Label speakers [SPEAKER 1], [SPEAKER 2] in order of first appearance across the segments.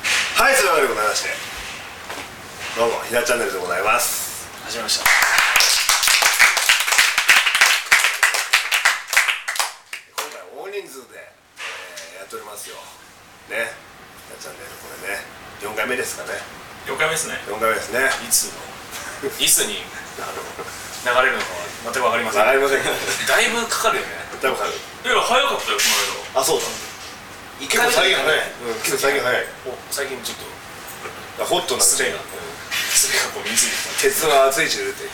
[SPEAKER 1] でございましてどうもひなチャンネルでございます
[SPEAKER 2] 始めました
[SPEAKER 1] 今回大人数で、えーやっておりますよねひなチャンネルこれね4回目ですかね
[SPEAKER 2] 4回目ですね
[SPEAKER 1] 4回目で すね
[SPEAKER 2] いつのいつにあの流れるのかは全く分かりません
[SPEAKER 1] わか
[SPEAKER 2] だい
[SPEAKER 1] りませんけど
[SPEAKER 2] ぶかかるよね
[SPEAKER 1] 多分
[SPEAKER 2] いや早かったよこの
[SPEAKER 1] あそうだ
[SPEAKER 2] 間
[SPEAKER 1] 結構最近
[SPEAKER 2] ね
[SPEAKER 1] 早い、うん、結構最近早い
[SPEAKER 2] お最近ちょっと
[SPEAKER 1] ホットな
[SPEAKER 2] スレが
[SPEAKER 1] うん
[SPEAKER 2] スレがこう身についてきた
[SPEAKER 1] 鉄の熱い汁っていう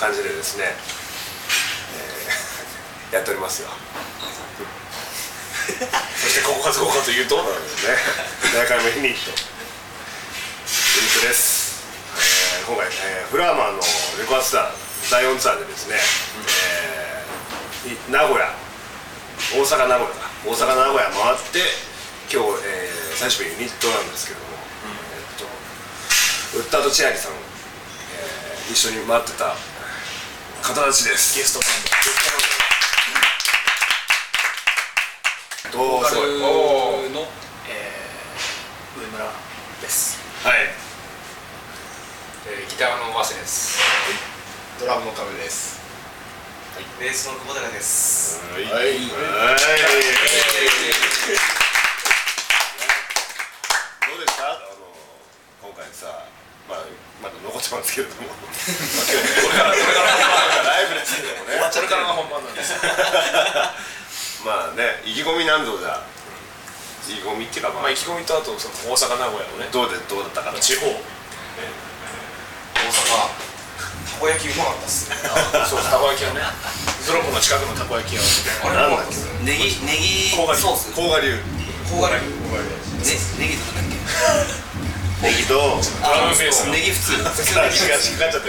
[SPEAKER 1] 感じでですね、えーやっておりますよ
[SPEAKER 2] そしてここかとここかというと
[SPEAKER 1] そうなんですね。大会もユニット。ユニットです。えー今回、えーフラーマンのレコアツアー第4ツアーでですね、えーい名古屋、大阪名古屋か大阪名古屋回って今日、えー最終日ユニットなんですけども、えーっとウッタと千秋さん、えー一緒に待ってた方たちです。
[SPEAKER 2] ゲストさんで
[SPEAKER 1] どうすごい。
[SPEAKER 2] の、えー、上村です
[SPEAKER 1] はい。
[SPEAKER 3] えーギターのマセです。
[SPEAKER 4] ドラムの亀です。
[SPEAKER 3] ベースの久保田です。
[SPEAKER 1] はい。
[SPEAKER 4] は
[SPEAKER 1] はい
[SPEAKER 4] い。
[SPEAKER 1] どうでした？あの今回さ、まあまだ残ってますけれども、ライブですけどもね。
[SPEAKER 2] これからが本番なんです
[SPEAKER 1] まあね、意気込みなんぞじゃあ、意気込みっていうかま
[SPEAKER 2] ま
[SPEAKER 1] あ
[SPEAKER 2] あ意気込みとあとその大阪名古屋を
[SPEAKER 1] どう
[SPEAKER 2] ね
[SPEAKER 1] でどうだったかな。
[SPEAKER 2] 地方
[SPEAKER 3] 大阪。たこ焼きうまかったっすね。
[SPEAKER 2] そうたこ焼き屋ねゾロコの近くのたこ焼き屋を
[SPEAKER 3] あれ
[SPEAKER 1] なん
[SPEAKER 3] う
[SPEAKER 1] だ
[SPEAKER 3] ま
[SPEAKER 1] っけ
[SPEAKER 3] かったっすね。
[SPEAKER 5] ネギネギ
[SPEAKER 2] こうがり
[SPEAKER 5] ソースね
[SPEAKER 1] 甲賀流。
[SPEAKER 3] こうがね。
[SPEAKER 5] ネギとかだっけ
[SPEAKER 1] ネギと。
[SPEAKER 2] ラムベースの
[SPEAKER 5] ネギ普通普通の
[SPEAKER 1] ネ
[SPEAKER 5] ネギ
[SPEAKER 1] ギが引っかかっちゃったけど。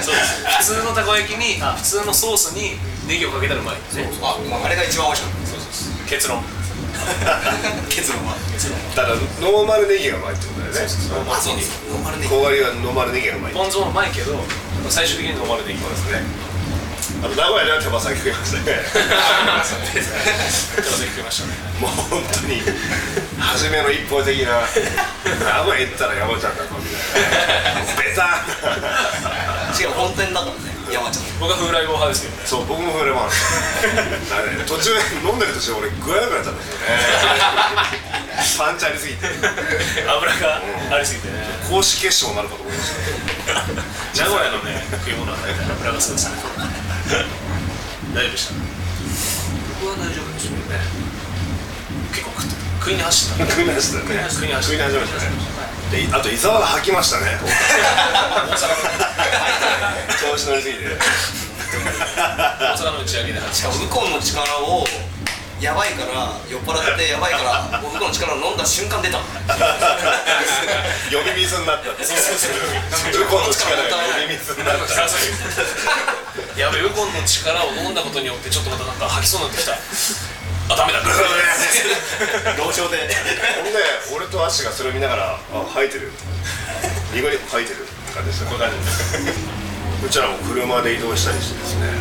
[SPEAKER 2] そうです普通のたこ焼きにあ普通のソースにネギをかけたらうまいよね
[SPEAKER 3] あ、まあ、あれが一番美味しかった。
[SPEAKER 2] 結論
[SPEAKER 5] 結論は
[SPEAKER 1] ただノーマルネギがうまいってことだよね。
[SPEAKER 5] あそうですノーマルネギ
[SPEAKER 1] 甲賀流はノーマルネギがうまい。
[SPEAKER 2] ポン酢もうまいけど最終的にノーマルでいきます
[SPEAKER 1] ね。あと名古屋では手羽先食いましたね。
[SPEAKER 2] 手羽先食いましたね
[SPEAKER 1] もう本当に初めの一方的 な名古屋行ったら山ちゃんだぞみたいなベタ
[SPEAKER 5] 違う本店だからね山ちゃん
[SPEAKER 2] 僕は風来坊派ですけどね
[SPEAKER 1] そう僕もフレマンあれ途中飲んでる途中俺具合悪くなっちゃったんですよねパンチありすぎて
[SPEAKER 2] 油がありすぎてね
[SPEAKER 1] 公式決勝になるかと思いました
[SPEAKER 2] 名古屋のね食い物は大体油がそうですね大丈夫でした
[SPEAKER 5] 僕は大丈夫です
[SPEAKER 2] 結構食ってた食いに走って
[SPEAKER 1] 食いましたね
[SPEAKER 2] た食いに走
[SPEAKER 1] 食
[SPEAKER 2] っ
[SPEAKER 1] い
[SPEAKER 2] て
[SPEAKER 1] 始めましたねであと伊沢が吐きましたね 調子乗りすぎて
[SPEAKER 2] た大阪の打ち上げで走
[SPEAKER 5] し
[SPEAKER 2] っ
[SPEAKER 5] かも向こうの力をやばいから酔っ払ってやばいからもう向こうの力を飲んだ瞬間出た
[SPEAKER 1] 呼び水になったそうそうそう ウコンの力が呼び水になった
[SPEAKER 2] てやべウコンの力を飲んだことによってちょっとまたなんか吐きそうになってきたあダメだ
[SPEAKER 5] 老
[SPEAKER 1] ほん
[SPEAKER 5] 少で
[SPEAKER 1] で俺とアッシュがそれを見ながら「あ生えて る」「濁り生えてる」って感じでしたこうちらも車で移動したりしてですね、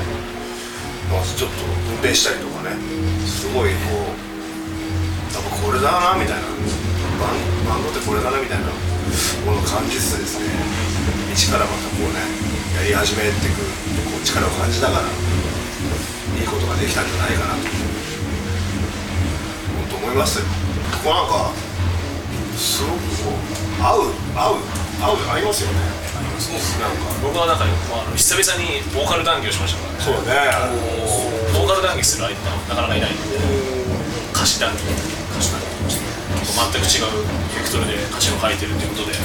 [SPEAKER 1] まあ、ちょっと運転したりとかねすごいこうやっぱこれだなみたいなバンバンドってこれだなみたいなものを感じつつですね一からまたこうねやり始めていくこう力を感じながらいいことができたんじゃないかなと本当思いますよここなんかすごくこう合う合う合う合いますよねなんか
[SPEAKER 2] 僕はなんか、まあ、あの久々にボーカル談義をしましたからね
[SPEAKER 1] そうね
[SPEAKER 2] ボーカル談義する相手はなかなかいないんで歌詞談義歌詞談義全く違うベクトルで歌詞を書いてるっていうことで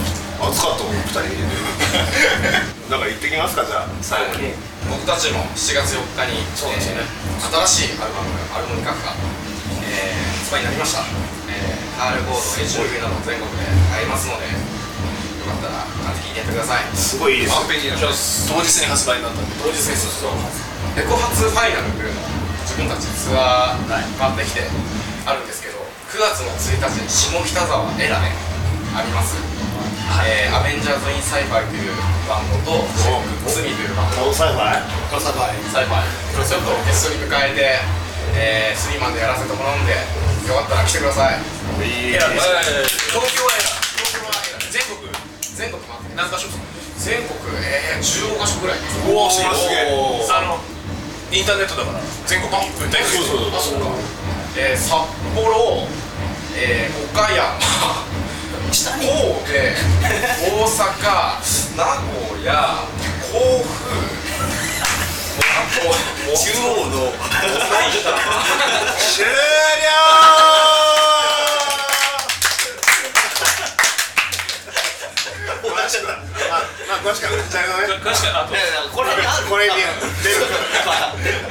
[SPEAKER 1] 暑かったもん2人で なんか行ってきますかじゃあ
[SPEAKER 3] 最後に。僕たちも7月4日に、
[SPEAKER 2] そうですね
[SPEAKER 3] えー新しいアルバム、アルバム企画が、えー、発売になりました。えー、カールボード、HOV など全国で買えますので、よかったら、買って聞いてやってください。
[SPEAKER 1] すごいいいですよ
[SPEAKER 3] 完璧な
[SPEAKER 2] 当日に発売になったんで
[SPEAKER 3] 当日ですそうレコ発ファイナルというのを自分たちツアー回ってきてあるんですけど9月の1日に下北沢エラであります、えーアベンジャーズ・イン・サイファイというバンドとシック・スミというバン
[SPEAKER 1] こ
[SPEAKER 3] ド
[SPEAKER 1] の際は
[SPEAKER 3] クロサファイサイファイちょっとゲストに迎えて、えー、スリーマンでやらせてもらうんでよかったら来てください
[SPEAKER 1] いい
[SPEAKER 2] エラです
[SPEAKER 3] 東京はエラ東京はエラ全国全国回って
[SPEAKER 2] 何箇所ですか
[SPEAKER 3] 全国えー、15か所ぐらい
[SPEAKER 1] おーすげえ
[SPEAKER 2] おーあのインターネットだから全国に訴えて
[SPEAKER 1] そうそう
[SPEAKER 3] あそうかえー、札幌えー、岡山
[SPEAKER 5] 下
[SPEAKER 3] 神戸
[SPEAKER 5] に
[SPEAKER 3] 大阪名古屋甲 府もうあともう
[SPEAKER 5] 中央の
[SPEAKER 1] 終了終わっちゃったまあまあ詳しくはちゃうよね
[SPEAKER 2] 詳しくはあと
[SPEAKER 5] いやいやこれにある
[SPEAKER 1] これに
[SPEAKER 5] あ
[SPEAKER 1] 出る まあ出るん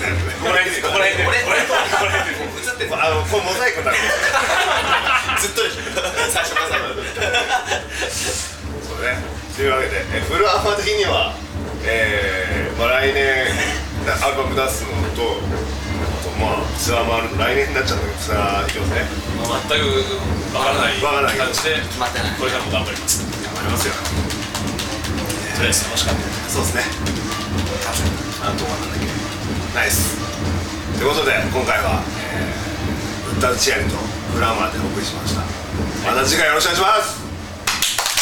[SPEAKER 1] だよねこれにこれに
[SPEAKER 5] 俺俺と映ってる
[SPEAKER 1] あのこうモザイクになる
[SPEAKER 5] ずっとでしょ最初から最後まで
[SPEAKER 1] そうねというわけでえフルアファ的にはえー、まあ来年アルバム出すのとあとまあツアーもある来年になっちゃうんだけどツアー行きますね
[SPEAKER 2] まあ全くわからない
[SPEAKER 1] わからない
[SPEAKER 2] 感じで
[SPEAKER 5] 決まってない
[SPEAKER 2] これからも頑張りますと
[SPEAKER 1] 頑張りますよ
[SPEAKER 2] りあえず楽しかったです
[SPEAKER 1] そうですね
[SPEAKER 2] あとはなんだっけ
[SPEAKER 1] ナイスということで今回は、えー、ブッダチアリとフラマーでお送りしましたまた次回よろしくお願いします